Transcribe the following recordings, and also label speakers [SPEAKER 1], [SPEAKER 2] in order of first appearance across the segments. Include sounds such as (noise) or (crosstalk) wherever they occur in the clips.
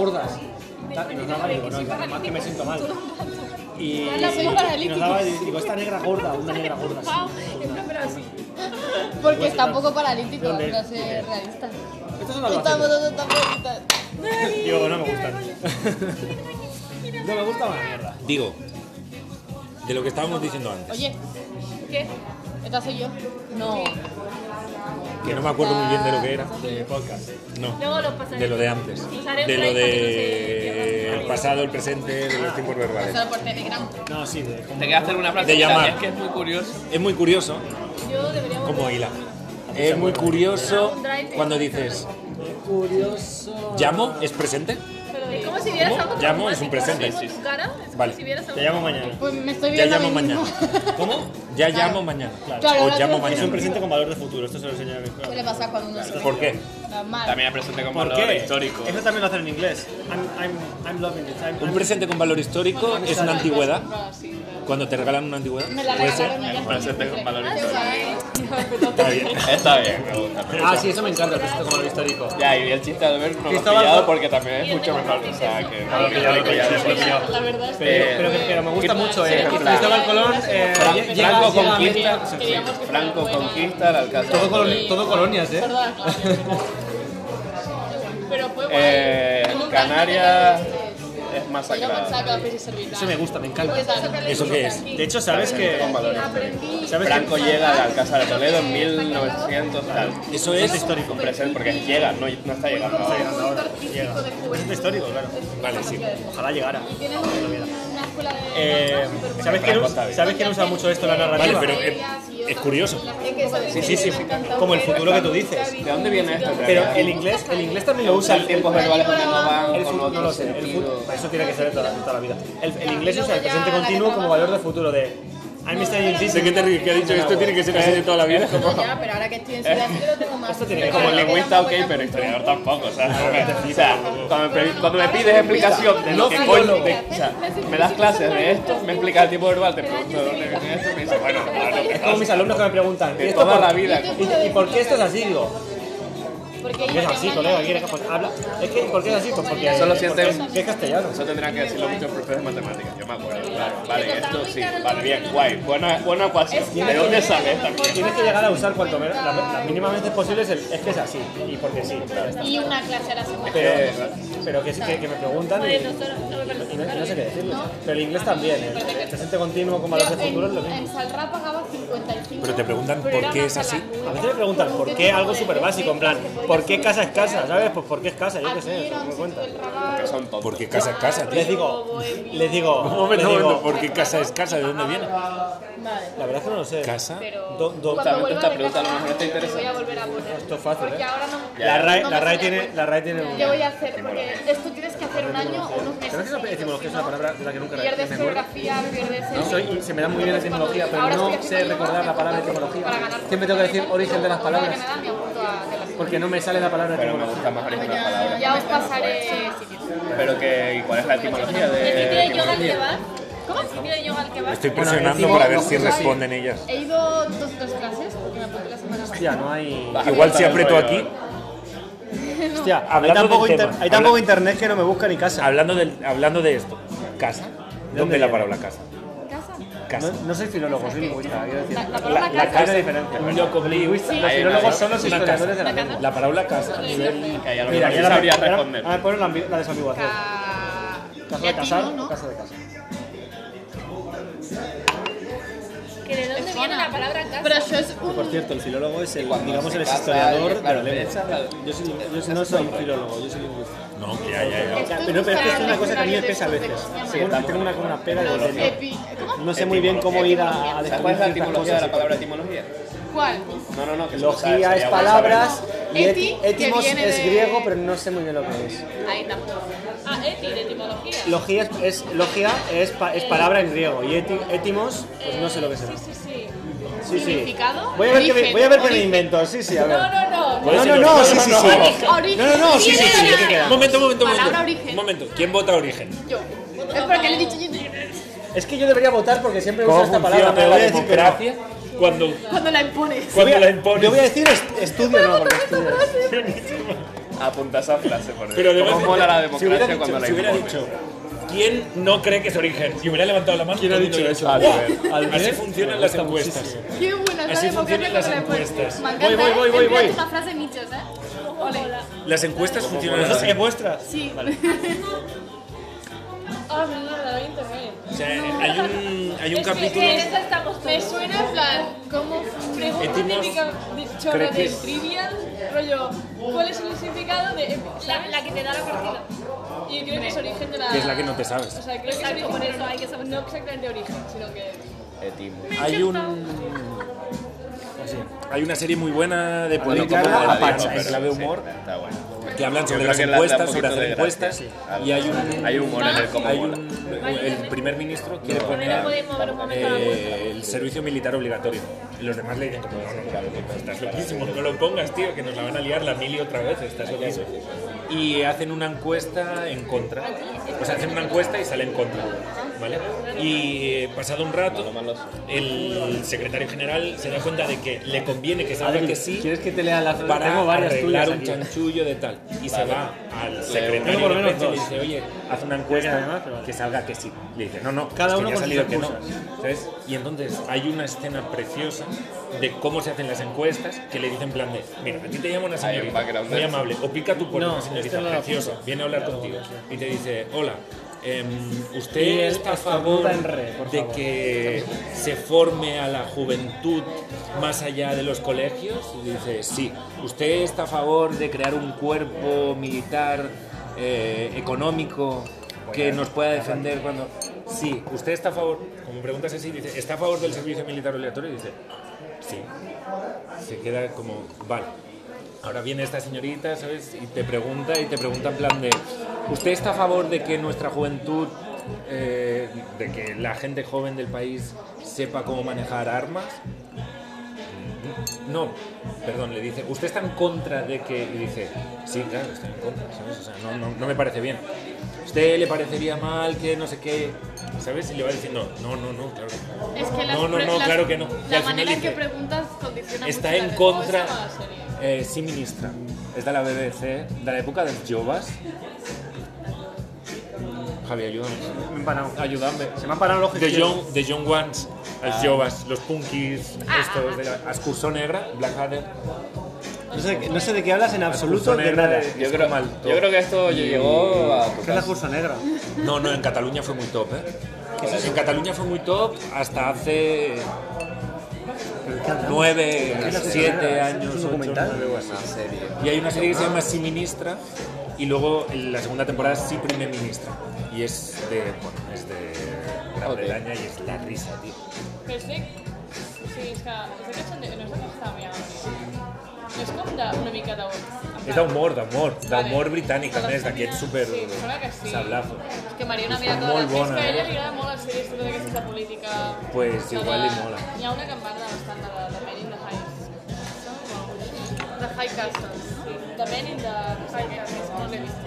[SPEAKER 1] gordas. Y tal, Y nos daba, digo, no, además que me siento mal. Y, y nos daba, y digo, esta negra gorda, una negra gorda. sí,
[SPEAKER 2] (laughs)
[SPEAKER 1] una-
[SPEAKER 2] Porque
[SPEAKER 1] Pues,
[SPEAKER 2] está un poco
[SPEAKER 1] claro.
[SPEAKER 2] paralítico,
[SPEAKER 1] ¿Dónde?
[SPEAKER 2] para ser realista.
[SPEAKER 1] Estas son
[SPEAKER 2] Estamos,
[SPEAKER 1] albacenas.
[SPEAKER 2] estamos, estamos.
[SPEAKER 1] Digo, no me gustan. (laughs) No me gusta una mierda.
[SPEAKER 3] Digo, de lo que estábamos diciendo antes,
[SPEAKER 2] Oye,
[SPEAKER 4] ¿Qué?
[SPEAKER 2] esta soy yo. No.
[SPEAKER 3] que no me acuerdo muy bien de lo que era.
[SPEAKER 1] De podcast.
[SPEAKER 3] No.
[SPEAKER 4] Luego lo pasaré.
[SPEAKER 3] De lo de antes.
[SPEAKER 4] Los haré
[SPEAKER 3] De
[SPEAKER 4] un
[SPEAKER 3] lo
[SPEAKER 4] like para que no se
[SPEAKER 3] de
[SPEAKER 4] pierdan.
[SPEAKER 3] el pasado, el presente, de los tiempos verbales.
[SPEAKER 2] Solo por Telegram.
[SPEAKER 1] No, sí, de cómo-
[SPEAKER 5] Te quedas hacer una frase.
[SPEAKER 3] De llamar.
[SPEAKER 5] Es que es muy curioso.
[SPEAKER 3] Es muy curioso
[SPEAKER 4] Yo debería
[SPEAKER 3] como hila.
[SPEAKER 1] Hace
[SPEAKER 3] Es muy
[SPEAKER 1] mucho
[SPEAKER 3] curioso
[SPEAKER 4] Un drive de-
[SPEAKER 3] cuando dices,
[SPEAKER 1] Curioso.
[SPEAKER 3] ¿llamo? ¿Es presente?
[SPEAKER 4] Pero es como si vieras
[SPEAKER 3] ¿Cómo?
[SPEAKER 4] algo
[SPEAKER 3] Llamo, es
[SPEAKER 4] traumático
[SPEAKER 3] un presente.
[SPEAKER 4] ahora mismo en tu cara, es como
[SPEAKER 3] Vale.
[SPEAKER 4] si vieras algo
[SPEAKER 1] Te llamo mañana.
[SPEAKER 2] Pues me estoy
[SPEAKER 3] Ya
[SPEAKER 2] viendo
[SPEAKER 3] llamo
[SPEAKER 2] a mí
[SPEAKER 3] mañana.
[SPEAKER 2] mismo.
[SPEAKER 3] ¿Cómo? Ya
[SPEAKER 2] Claro.
[SPEAKER 3] llamo mañana.
[SPEAKER 2] Claro,
[SPEAKER 3] O
[SPEAKER 2] ahora te
[SPEAKER 3] llamo
[SPEAKER 2] lo-
[SPEAKER 1] Es un
[SPEAKER 3] mañana.
[SPEAKER 1] presente con valor de futuro, esto se lo enseña a mi
[SPEAKER 2] (laughs) ¿Qué le pasa cuando uno se
[SPEAKER 3] ¿Por qué?
[SPEAKER 2] Normal.
[SPEAKER 5] También presente como
[SPEAKER 1] ¿Por
[SPEAKER 5] valor
[SPEAKER 1] qué? (laughs)
[SPEAKER 5] histórico.
[SPEAKER 1] Eso también lo hacen en inglés. I'm, I'm, I'm loving it. I'm-
[SPEAKER 3] Un
[SPEAKER 1] I'm-
[SPEAKER 3] presente con valor histórico es una antigüedad. Cuando te regalan una antigüedad.
[SPEAKER 2] Me la
[SPEAKER 3] puede ser.
[SPEAKER 2] regalaron ya. Ah,
[SPEAKER 5] Presente con valor
[SPEAKER 2] Te
[SPEAKER 5] histórico.
[SPEAKER 2] (laughs) va, ¿eh?
[SPEAKER 5] Está bien, me gusta. me
[SPEAKER 1] Ah,
[SPEAKER 5] gusta.
[SPEAKER 1] sí, eso me encanta, el presente con valor histórico.
[SPEAKER 5] Ya, y el chiste de Albert no lo he
[SPEAKER 1] Cristóbal-
[SPEAKER 5] pillado porque también es mucho mejor. O sea, que no lo he pillado, que ya lo he pillado.
[SPEAKER 2] La verdad es
[SPEAKER 1] Pero,
[SPEAKER 2] que.
[SPEAKER 1] pero que- pero me gusta mucho, eh.
[SPEAKER 5] en plan-
[SPEAKER 1] Cristóbal Colón, eh,
[SPEAKER 5] Fran-
[SPEAKER 1] llega-
[SPEAKER 5] Franco
[SPEAKER 1] llega a
[SPEAKER 5] conquista.
[SPEAKER 1] América-
[SPEAKER 5] sí,
[SPEAKER 2] que digamos
[SPEAKER 5] sí.
[SPEAKER 2] que
[SPEAKER 5] Franco
[SPEAKER 2] fuera buena.
[SPEAKER 5] conquista el alcalde.
[SPEAKER 1] Todo, colo-
[SPEAKER 5] de-
[SPEAKER 1] todo colonias, eh.
[SPEAKER 2] Sorda, claro. Pero fue guay.
[SPEAKER 5] Eh,
[SPEAKER 2] Nunca-
[SPEAKER 5] Canarias es
[SPEAKER 2] Yo no pensaba
[SPEAKER 5] masacrada.
[SPEAKER 2] que la peli servirá.
[SPEAKER 1] Eso me gusta, me encanta.
[SPEAKER 3] ¿Eso qué es?
[SPEAKER 1] De hecho, ¿sabes que
[SPEAKER 5] Pues Con valores.
[SPEAKER 2] Ah,
[SPEAKER 1] ¿Sabes
[SPEAKER 5] Franco
[SPEAKER 1] que-
[SPEAKER 5] llega al Alcázar de Toledo en 1900 tal.
[SPEAKER 3] Eso es
[SPEAKER 5] histórico. Presente porque llega, no, no está llegando. ahora.
[SPEAKER 1] Llega. Es presente histórico, claro.
[SPEAKER 3] Vale, sí.
[SPEAKER 1] Ojalá llegara.
[SPEAKER 2] Tienes una escuela de.
[SPEAKER 1] Eh, ¿Sabes quién,
[SPEAKER 5] Franco
[SPEAKER 1] us-
[SPEAKER 5] está bien.
[SPEAKER 1] ¿Sabes quién usa mucho esto en la
[SPEAKER 3] Vale,
[SPEAKER 1] narrativa?
[SPEAKER 3] pero eh, es, curioso.
[SPEAKER 1] Sí, sí, sí. Como el futuro que tú dices.
[SPEAKER 5] ¿De dónde viene esto? en
[SPEAKER 1] Pero
[SPEAKER 5] realidad?
[SPEAKER 1] el inglés, el inglés también lo usa.
[SPEAKER 5] Son tiempos verbales donde no van
[SPEAKER 1] El
[SPEAKER 5] con
[SPEAKER 1] futuro, no lo
[SPEAKER 5] otro
[SPEAKER 1] sé, el
[SPEAKER 5] sentido.
[SPEAKER 1] fut- eso tiene que ser de toda, de toda la vida. El, el inglés usa el presente continuo como valor de futuro de I'm studying this.
[SPEAKER 3] Sé que te ríes, que ha dicho esto tiene que ser así de toda la vida.
[SPEAKER 2] Ya, pero ahora que estoy en Ciudad lo tengo más.
[SPEAKER 1] Eh, Esto tiene que
[SPEAKER 5] Como
[SPEAKER 1] ser-
[SPEAKER 5] lingüista, ok, pero historiador tampoco, o sea, no me- o sea, cuando, me, cuando me pides explicación de lo que coño, de- o sea, me das clases de esto, me explicas el tipo verbal, te pregunto de dónde viene esto, y me dices, bueno, claro,
[SPEAKER 1] Es como mis alumnos que me preguntan, ¿y,
[SPEAKER 5] de
[SPEAKER 1] esto
[SPEAKER 5] toda
[SPEAKER 1] por,
[SPEAKER 5] la vida.
[SPEAKER 1] y- y por qué esto es así? Digo,
[SPEAKER 2] Porque
[SPEAKER 1] "Porque es así, colega, ¿quieres que pues, habla? Es que, ¿por qué es así? Pues porque
[SPEAKER 5] Solo
[SPEAKER 1] porque
[SPEAKER 5] sienten-
[SPEAKER 1] es- es castellano.
[SPEAKER 5] Eso tendrán que decirlo muchos profesores de matemáticas, yo me acuerdo, claro, vale, esto sí, vale, bien, guay, buena, buena ecuación, ¿de dónde sabes también?
[SPEAKER 1] Pues Tienes que llegar a usar cuanto menos, las, las mínimas veces posibles el es que es así y porque sí. ya está.
[SPEAKER 2] Y una clase a la semana.
[SPEAKER 1] Pero, pero que, sí que, que me preguntan y,
[SPEAKER 4] Bueno, solo- no me parece
[SPEAKER 1] y no, y no sé qué decirles. Pero el inglés también, el el presente continuo como valor de futuro es lo
[SPEAKER 2] en, en
[SPEAKER 1] mismo.
[SPEAKER 2] Salra pagaba 55.
[SPEAKER 3] Pero te preguntan
[SPEAKER 2] pero
[SPEAKER 3] por
[SPEAKER 2] era
[SPEAKER 3] qué
[SPEAKER 2] más
[SPEAKER 3] es así.
[SPEAKER 2] la-
[SPEAKER 1] A veces me preguntan por qué algo súper básico, en plan, ¿por qué casa es casa? ¿Sabes? Pues por qué es casa, yo qué
[SPEAKER 2] Aquí
[SPEAKER 1] sé,
[SPEAKER 2] era
[SPEAKER 1] no
[SPEAKER 2] un
[SPEAKER 1] me
[SPEAKER 2] sitio
[SPEAKER 1] cuenta.
[SPEAKER 2] del Raval.
[SPEAKER 5] Que son tontos.
[SPEAKER 3] Porque casa es casa, tío.
[SPEAKER 1] Les digo, les digo,
[SPEAKER 3] (laughs) Un
[SPEAKER 1] les
[SPEAKER 3] momento, un
[SPEAKER 1] digo
[SPEAKER 3] momento, porque casa es casa, ¿de dónde viene?
[SPEAKER 2] Vale.
[SPEAKER 1] la verdad es que no lo sé.
[SPEAKER 3] Casa.
[SPEAKER 2] Pero
[SPEAKER 1] Do- do-
[SPEAKER 2] cuando vuelva
[SPEAKER 5] esta
[SPEAKER 2] de
[SPEAKER 5] pregunta a lo mejor
[SPEAKER 2] casa,
[SPEAKER 5] te interesa.
[SPEAKER 2] Voy a volver a poner.
[SPEAKER 1] Esto es fácil,
[SPEAKER 2] Porque
[SPEAKER 1] ¿eh?
[SPEAKER 2] ahora no.
[SPEAKER 1] La RAE,
[SPEAKER 2] no
[SPEAKER 1] la
[SPEAKER 2] me
[SPEAKER 1] RAE
[SPEAKER 2] sale
[SPEAKER 1] tiene, la RAE tiene un...
[SPEAKER 2] Yo voy a hacer, porque esto tienes que hacer un año o unos meses.
[SPEAKER 1] Creo que la etimología es una palabra de la que nunca
[SPEAKER 2] Pierdes
[SPEAKER 1] me acuerdo.
[SPEAKER 2] geografía, pierdes.
[SPEAKER 1] No
[SPEAKER 2] el-
[SPEAKER 1] soy, se me da muy bien la etimología, pero
[SPEAKER 2] Ahora
[SPEAKER 1] no
[SPEAKER 2] estoy
[SPEAKER 1] sé
[SPEAKER 2] haciendo
[SPEAKER 1] recordar la
[SPEAKER 2] yoga
[SPEAKER 1] palabra
[SPEAKER 2] para
[SPEAKER 1] etimología.
[SPEAKER 2] ganar.
[SPEAKER 1] Siempre tengo que decir origen de las
[SPEAKER 2] Ahora que
[SPEAKER 1] palabras,
[SPEAKER 2] me da, me apunto a- de las-
[SPEAKER 1] porque no me sale la palabra
[SPEAKER 5] Pero me
[SPEAKER 1] etimología.
[SPEAKER 5] gusta más origen de las palabras.
[SPEAKER 2] Ya os pasaré.
[SPEAKER 5] Pero que, ¿y ¿cuál es la etimología de
[SPEAKER 4] ¿Tiene yoga al
[SPEAKER 5] etimología?
[SPEAKER 4] que vas? ¿Cómo? ¿Tiene yoga al que vas?
[SPEAKER 3] Estoy presionando para ver si responden ellas.
[SPEAKER 2] He ido dos tres clases porque me apunté la semana pasada.
[SPEAKER 1] Hostia, no hay...
[SPEAKER 3] Igual si aprieto aquí,
[SPEAKER 1] Hostia, hay
[SPEAKER 3] Hablando
[SPEAKER 1] tan
[SPEAKER 3] del
[SPEAKER 1] poco,
[SPEAKER 3] tema.
[SPEAKER 1] inter- hay tan poco
[SPEAKER 3] Habla-
[SPEAKER 1] internet que no me busca ni casa.
[SPEAKER 3] hablando, del, hablando de esto, casa. ¿Dónde la
[SPEAKER 1] viene?
[SPEAKER 3] palabra casa? Casa.
[SPEAKER 1] No, no soy filólogo, soy lingüista. quiero decir.
[SPEAKER 2] La- la palabra
[SPEAKER 1] Hay
[SPEAKER 2] casa-
[SPEAKER 1] una diferencia.
[SPEAKER 3] Un loco
[SPEAKER 1] Lingüistas-
[SPEAKER 5] Sí.
[SPEAKER 1] Los
[SPEAKER 5] Hay una-
[SPEAKER 1] filólogos son los
[SPEAKER 3] una
[SPEAKER 1] historiadores de
[SPEAKER 3] casa.
[SPEAKER 1] la lengua.
[SPEAKER 3] La palabra casa a nivel...
[SPEAKER 5] Que a
[SPEAKER 1] Mira,
[SPEAKER 5] lo mejor
[SPEAKER 1] ya
[SPEAKER 5] sí
[SPEAKER 1] la ah,
[SPEAKER 5] sabría
[SPEAKER 1] ahora-
[SPEAKER 5] responder.
[SPEAKER 1] ahora ponen la, ambi- la desambiguación. Casa de casar
[SPEAKER 2] Latino,
[SPEAKER 1] o
[SPEAKER 2] ¿no?
[SPEAKER 1] casa de casa.
[SPEAKER 4] ¿Que de dónde viene la palabra casa?
[SPEAKER 2] Pero eso es un.
[SPEAKER 1] Por cierto, el filólogo es el,
[SPEAKER 5] cuando
[SPEAKER 1] digamos,
[SPEAKER 5] se
[SPEAKER 1] el
[SPEAKER 5] casa,
[SPEAKER 1] historiador de
[SPEAKER 5] claro,
[SPEAKER 1] la lengua.
[SPEAKER 5] esa es la-
[SPEAKER 1] Yo, soy- yo no soy filólogo, yo soy lingüista.
[SPEAKER 3] No, ya, ya, ya.
[SPEAKER 2] Esto
[SPEAKER 1] Pero, pero es que
[SPEAKER 2] para
[SPEAKER 1] es una cosa que a mí me
[SPEAKER 2] los
[SPEAKER 1] pesa a
[SPEAKER 2] horarios
[SPEAKER 1] veces.
[SPEAKER 2] de estos que se
[SPEAKER 1] Tengo
[SPEAKER 2] llaman
[SPEAKER 1] una- tengo una, como una pega de
[SPEAKER 2] los
[SPEAKER 1] lotería.
[SPEAKER 2] epi- ¿Cómo?
[SPEAKER 1] No sé muy bien cómo ir a, a
[SPEAKER 5] ¿Sabes cuál
[SPEAKER 1] descubrir
[SPEAKER 5] es la
[SPEAKER 1] ciertas
[SPEAKER 5] etimología de la
[SPEAKER 1] cosas.
[SPEAKER 5] palabra etimología?
[SPEAKER 2] ¿Cuál?
[SPEAKER 5] No, no, no, que
[SPEAKER 1] Logía es palabras y
[SPEAKER 2] Eti,
[SPEAKER 1] et-
[SPEAKER 2] que
[SPEAKER 1] etimos
[SPEAKER 2] viene
[SPEAKER 1] es
[SPEAKER 2] de-
[SPEAKER 1] griego, pero no sé muy bien lo que es.
[SPEAKER 2] Ahí está.
[SPEAKER 4] Ah, eti, de etimología.
[SPEAKER 1] Logía es, es- logia es, pa- es palabra en griego y eti- etimos, pues no sé lo que será.
[SPEAKER 4] Sí, sí, sí.
[SPEAKER 1] Sí, sí.
[SPEAKER 2] ¿Significado?
[SPEAKER 1] Voy a ver qué me,
[SPEAKER 2] Origen,
[SPEAKER 1] voy a ver qué me
[SPEAKER 2] origen.
[SPEAKER 1] invento. Sí, sí, a ver.
[SPEAKER 4] No, no, no.
[SPEAKER 1] No, no, no, sí, sí, sí.
[SPEAKER 2] Origen.
[SPEAKER 1] No, no, no, sí, sí, sí.
[SPEAKER 2] Origen.
[SPEAKER 1] ¿qué queda?
[SPEAKER 3] Momento, momento,
[SPEAKER 2] Palabra
[SPEAKER 3] momento.
[SPEAKER 2] origen.
[SPEAKER 3] Momento, ¿quién vota origen?
[SPEAKER 2] Yo. Es porque le he dicho yo
[SPEAKER 1] Es que yo debería votar porque siempre uso
[SPEAKER 3] ¿Cómo
[SPEAKER 1] esta palabra.
[SPEAKER 3] funciona
[SPEAKER 1] pero
[SPEAKER 3] la
[SPEAKER 1] voy a decir que no.
[SPEAKER 3] democracia? Cuando
[SPEAKER 2] cuando la impones.
[SPEAKER 1] Yo voy
[SPEAKER 3] Cuando
[SPEAKER 1] a-
[SPEAKER 3] la impones.
[SPEAKER 1] Yo voy a decir est- estudio, no, porque estudio.
[SPEAKER 5] apunta esa frase, por Dios.
[SPEAKER 3] Pero además-
[SPEAKER 5] ¿Cómo mola la
[SPEAKER 2] Si hubiera
[SPEAKER 5] democracia
[SPEAKER 2] dicho,
[SPEAKER 5] cuando la
[SPEAKER 2] si hubiera
[SPEAKER 5] imponen?
[SPEAKER 2] dicho,
[SPEAKER 3] ¿Quién no cree que es origen? Si hubiera levantado la mano,
[SPEAKER 2] ¿quién ha
[SPEAKER 3] todo el
[SPEAKER 2] dicho
[SPEAKER 3] mundo
[SPEAKER 2] eso?
[SPEAKER 3] hubiera dicho,
[SPEAKER 5] Albert.
[SPEAKER 3] "Guau, Así
[SPEAKER 2] Albert,
[SPEAKER 3] funcionan
[SPEAKER 2] me
[SPEAKER 3] las
[SPEAKER 2] gusta
[SPEAKER 3] encuestas.
[SPEAKER 2] muchísimo.
[SPEAKER 4] Qué buena es la
[SPEAKER 3] Así
[SPEAKER 4] democracia
[SPEAKER 3] funcionan las
[SPEAKER 4] cuando la imponen.
[SPEAKER 3] encuestas.
[SPEAKER 4] Me encanta,
[SPEAKER 5] Voy, voy,
[SPEAKER 4] ¿eh?
[SPEAKER 5] voy, voy,
[SPEAKER 4] Siempre
[SPEAKER 5] voy.
[SPEAKER 4] es una frase nichos, ¿eh? Ole.
[SPEAKER 3] Las encuestas funcionan
[SPEAKER 1] ¿Esa
[SPEAKER 3] así.
[SPEAKER 1] es vuestra?
[SPEAKER 4] Sí. (laughs)
[SPEAKER 6] Ah, mierda, la internet.
[SPEAKER 3] O sea, hay un, hay un
[SPEAKER 6] Es que
[SPEAKER 3] capítulo.
[SPEAKER 6] en esta estamos
[SPEAKER 4] Me
[SPEAKER 6] todos.
[SPEAKER 4] suena en plan como pregunta
[SPEAKER 3] Etimos-
[SPEAKER 4] típica de chorra
[SPEAKER 5] creo que-
[SPEAKER 4] del trivial, rollo, ¿cuál es el significado de
[SPEAKER 6] La, la que te da la partida.
[SPEAKER 4] Y creo que es origen de la...
[SPEAKER 3] Que es la que no te sabes.
[SPEAKER 4] O sea, creo que es
[SPEAKER 6] Exacto,
[SPEAKER 4] origen,
[SPEAKER 6] por
[SPEAKER 4] pero
[SPEAKER 6] eso hay que
[SPEAKER 4] no exactamente origen, sino que...
[SPEAKER 5] Etimo.
[SPEAKER 3] Hay un. Hay una serie muy buena de política
[SPEAKER 2] Americana
[SPEAKER 3] de
[SPEAKER 2] a
[SPEAKER 3] la
[SPEAKER 2] Pacha,
[SPEAKER 3] Diana,
[SPEAKER 2] es la de humor.
[SPEAKER 5] Está bueno.
[SPEAKER 3] que hablan sobre
[SPEAKER 5] Yo creo
[SPEAKER 3] las
[SPEAKER 5] que le da un
[SPEAKER 3] encuestas,
[SPEAKER 5] poquito
[SPEAKER 3] sobre hacer
[SPEAKER 5] de gracia
[SPEAKER 3] encuestas. Y hay un.
[SPEAKER 5] Hay humor en el cómo
[SPEAKER 3] hay
[SPEAKER 5] mola.
[SPEAKER 3] un- el primer ministro quiere
[SPEAKER 6] Primero
[SPEAKER 3] poner
[SPEAKER 6] podéis mover un momento la cuenta.
[SPEAKER 3] eh, el servicio militar obligatorio. Y los demás le dicen como, no, no, claro, pues, estás loquísimo, no lo pongas, tío, que nos la van a liar la mili otra vez, estás loquísimo. Y hacen una encuesta en contra. O sea, hacen una encuesta y sale en contra. ¿Vale? Y eh, pasado un rato, el secretario general se da cuenta de que le conviene que salga
[SPEAKER 1] Ah,
[SPEAKER 3] que sí
[SPEAKER 2] ¿Quieres que te lea la frase?
[SPEAKER 3] para
[SPEAKER 2] Tengo varias
[SPEAKER 3] arreglar
[SPEAKER 2] tuyas
[SPEAKER 3] un
[SPEAKER 2] aquí.
[SPEAKER 3] chanchullo de tal. Y se va al
[SPEAKER 1] Uno
[SPEAKER 3] secretario
[SPEAKER 1] por lo
[SPEAKER 3] de
[SPEAKER 1] menos
[SPEAKER 3] prensa y le
[SPEAKER 1] dos.
[SPEAKER 3] dice, oye, haz una
[SPEAKER 1] Que además,
[SPEAKER 3] encuesta
[SPEAKER 1] pero vale.
[SPEAKER 3] que salga que sí. Le dice, no, no,
[SPEAKER 1] Cada
[SPEAKER 3] es que
[SPEAKER 1] uno
[SPEAKER 3] ya ha
[SPEAKER 1] con
[SPEAKER 3] salido
[SPEAKER 1] sus
[SPEAKER 3] que no.
[SPEAKER 1] excusas.
[SPEAKER 3] ¿Sabes? Y entonces hay una escena preciosa de cómo se hacen las encuestas que le dicen en plan de, mira, a ti te llama una
[SPEAKER 5] Hay un
[SPEAKER 3] señorita
[SPEAKER 5] background
[SPEAKER 3] muy
[SPEAKER 5] de eso.
[SPEAKER 3] amable, o pica tu puerta
[SPEAKER 1] No,
[SPEAKER 3] una señorita
[SPEAKER 1] esta no la
[SPEAKER 3] preciosa,
[SPEAKER 1] puso.
[SPEAKER 3] viene a hablar contigo y te dice, hola, em,
[SPEAKER 1] Y
[SPEAKER 3] ¿usted
[SPEAKER 1] el
[SPEAKER 3] está a
[SPEAKER 1] estornuda
[SPEAKER 3] favor
[SPEAKER 1] en re, por
[SPEAKER 3] de
[SPEAKER 1] favor.
[SPEAKER 3] que se forme a la juventud más allá de los colegios? Y dice, sí. ¿Usted está a favor de crear un cuerpo militar eh, económico que nos pueda defender cuando...? Sí. ¿Usted está a favor...? Como preguntas así, dice, ¿está a favor del servicio militar obligatorio? Y dice, sí. Se queda como, vale. Ahora viene esta señorita, ¿sabes? Y te pregunta, y te pregunta en plan de, ¿usted está a favor de que nuestra juventud, eh, de que la gente joven del país sepa cómo manejar armas? No, perdón, le dice, ¿usted está en contra de que...? Y dice, sí, claro, estoy en contra, ¿sabes? O sea, no, no, no me parece bien. ¿Usted le parecería mal que no sé qué? ¿Sabes? Y le va diciendo, no, no, no, claro.
[SPEAKER 4] Es que
[SPEAKER 3] No, no,
[SPEAKER 4] pre-
[SPEAKER 3] no, claro que no. Y
[SPEAKER 4] La
[SPEAKER 3] al final
[SPEAKER 4] manera en que
[SPEAKER 3] dice,
[SPEAKER 4] preguntas condiciona
[SPEAKER 3] Está
[SPEAKER 4] mucho la
[SPEAKER 3] en
[SPEAKER 4] respuesta
[SPEAKER 3] contra.
[SPEAKER 4] a la serie.
[SPEAKER 3] Eh, sí, ministra. És de la BBC, de l'època dels joves. Javi, Mm, ayúdame.
[SPEAKER 1] Me he parado.
[SPEAKER 3] Ayúdame. Ah.
[SPEAKER 1] Se me han parado los
[SPEAKER 3] De
[SPEAKER 1] gestiones.
[SPEAKER 3] John, de John Wans, els joves, los punkis,
[SPEAKER 4] Ah,
[SPEAKER 3] estos, de la, els Cursó Negra, Black Adder.
[SPEAKER 1] No sé, de qué- no sé de qué hablas en absoluto, de nada. Es
[SPEAKER 5] Yo creo,
[SPEAKER 3] mal
[SPEAKER 5] yo creo que esto llegó a tu
[SPEAKER 1] que es la
[SPEAKER 5] casa.
[SPEAKER 1] curso negra.
[SPEAKER 3] No, no, en Cataluña fue muy top, ¿eh? En Cataluña fue muy top hasta hace nueve,
[SPEAKER 1] ¿Qué es la curso
[SPEAKER 3] siete
[SPEAKER 1] negra? ¿Es
[SPEAKER 3] años,
[SPEAKER 1] un
[SPEAKER 3] ocho,
[SPEAKER 1] documental?
[SPEAKER 3] nueve o así.
[SPEAKER 5] Una serie.
[SPEAKER 3] Y hay una serie que se llama Sí Ministra y luego en la segunda temporada es Sí Primer Ministra. Y es de, bueno, es de Gran
[SPEAKER 5] Joder.
[SPEAKER 3] Bretaña y es la risa, tío.
[SPEAKER 4] Però estic... Sí, és que... És que són de... No és de que està bé, No és com de, una mica de...
[SPEAKER 3] És d'humor, d'humor, d'humor
[SPEAKER 4] Vale.
[SPEAKER 3] britànic, a més, d'aquest super...
[SPEAKER 4] Sí, sembla que sí.
[SPEAKER 3] Sablazo.
[SPEAKER 4] És que Mariona mira
[SPEAKER 3] Molt
[SPEAKER 4] totes les
[SPEAKER 3] bona,
[SPEAKER 4] bona, que a ella
[SPEAKER 3] eh?
[SPEAKER 4] li agrada molt les sèries totes aquestes de política.
[SPEAKER 3] Pues
[SPEAKER 4] de
[SPEAKER 3] igual
[SPEAKER 4] la-
[SPEAKER 3] li mola.
[SPEAKER 4] Hi ha una que em va agradar bastant de, la- de Men in the High. De High Castle. Sí. De Men in the High Castle. No l'he vist.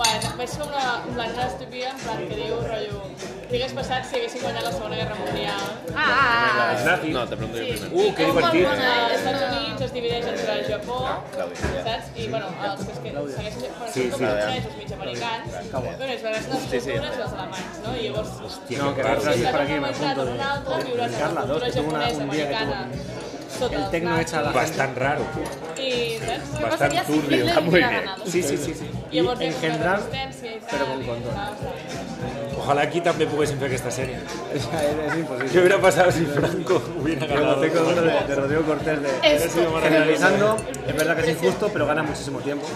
[SPEAKER 4] Bueno, vaig sobre la gran estúpida, en plan que diu, rotllo, què hagués passat si haguéssim guanyat la Segona Guerra Mundial?
[SPEAKER 6] Ah, ah, ah.
[SPEAKER 3] Els nazis.
[SPEAKER 5] No, te pregunto yo primero.
[SPEAKER 3] Uh, que divertit.
[SPEAKER 4] Els Estats Units es divideix entre Japó,
[SPEAKER 1] Ah,
[SPEAKER 5] Clàudia.
[SPEAKER 4] saps? I, bueno, els que es que segueixen... Bueno,
[SPEAKER 3] Sí,
[SPEAKER 4] són
[SPEAKER 3] sí.
[SPEAKER 4] com els xinès, els mig americans. Bueno, és la resta de les
[SPEAKER 5] Sí, sí.
[SPEAKER 4] cultures i els alemanys, no? I llavors...
[SPEAKER 3] Hòstia,
[SPEAKER 1] No, Pues,
[SPEAKER 3] que
[SPEAKER 1] que
[SPEAKER 3] raro.
[SPEAKER 1] gracias.
[SPEAKER 4] Està
[SPEAKER 1] per aquí,
[SPEAKER 4] com
[SPEAKER 1] me
[SPEAKER 4] entrant
[SPEAKER 1] apunto.
[SPEAKER 4] en un altre, viure en
[SPEAKER 1] Carla,
[SPEAKER 4] la
[SPEAKER 1] dos,
[SPEAKER 4] cultura
[SPEAKER 1] que tengo una-
[SPEAKER 4] japonesa,
[SPEAKER 1] un día que
[SPEAKER 4] americana, sota
[SPEAKER 1] El
[SPEAKER 4] els
[SPEAKER 1] tecno
[SPEAKER 4] nazis,
[SPEAKER 1] hecha a la
[SPEAKER 3] Bastant raro.
[SPEAKER 4] I, saps?
[SPEAKER 3] Bastant
[SPEAKER 4] Passaria si
[SPEAKER 3] turbio,
[SPEAKER 4] Hitler
[SPEAKER 5] està molt
[SPEAKER 4] hubiera
[SPEAKER 5] bé.
[SPEAKER 4] ganado.
[SPEAKER 3] Sí, sí, sí. sí.
[SPEAKER 1] Y
[SPEAKER 4] Llavors hi ha
[SPEAKER 1] en
[SPEAKER 4] com una
[SPEAKER 1] general,
[SPEAKER 4] resistència i tal,
[SPEAKER 1] però con
[SPEAKER 4] i
[SPEAKER 1] condón.
[SPEAKER 4] tal, saps?
[SPEAKER 3] Ojalá aquí també poguéssim fer aquesta sèrie.
[SPEAKER 1] es, (laughs) es
[SPEAKER 3] ¿Qué
[SPEAKER 1] imposible.
[SPEAKER 3] hubiera pasado si Franco hubiera
[SPEAKER 1] Yo
[SPEAKER 3] ganado?
[SPEAKER 1] tengo uno de, de Rodrigo Cortés de... Generalizando, es verdad que es injusto, pero gana muchísimo (laughs) tiempo.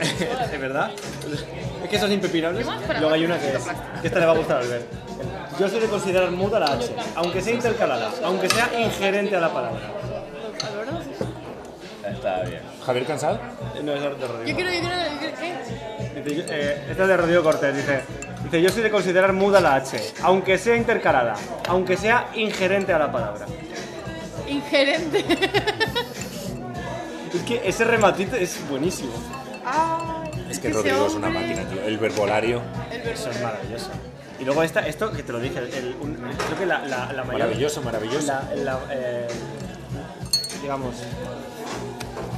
[SPEAKER 1] es verdad. Es que esos impepinables. Luego hay una que es. Que esta le va a gustar al ver. Yo suelo considerar muda la H, aunque sea intercalada, aunque sea ingerente a la palabra.
[SPEAKER 4] A veure, no sé.
[SPEAKER 5] Está bien.
[SPEAKER 3] Javier Cansado?
[SPEAKER 1] No es de Rodrigo.
[SPEAKER 4] Jo quiero, yo quiero, yo quiero... ¿Qué?
[SPEAKER 1] Dice, yo- eh, esta es de Rodrigo Cortés, dice. Dice, yo soy de considerar muda la H, aunque sea intercalada, aunque sea ingerente a la palabra. (laughs)
[SPEAKER 4] Ingerente. (laughs)
[SPEAKER 1] Es que ese rematito es buenísimo.
[SPEAKER 4] Ay,
[SPEAKER 3] Es que Rodrigo es una máquina, tío. El verbolario.
[SPEAKER 1] Eso es maravilloso. Y luego esta, esto que te lo dije, el- el- un- creo que la, la, la eh, mayor...
[SPEAKER 3] Maravilloso, maravilloso.
[SPEAKER 1] La, la, eh, digamos,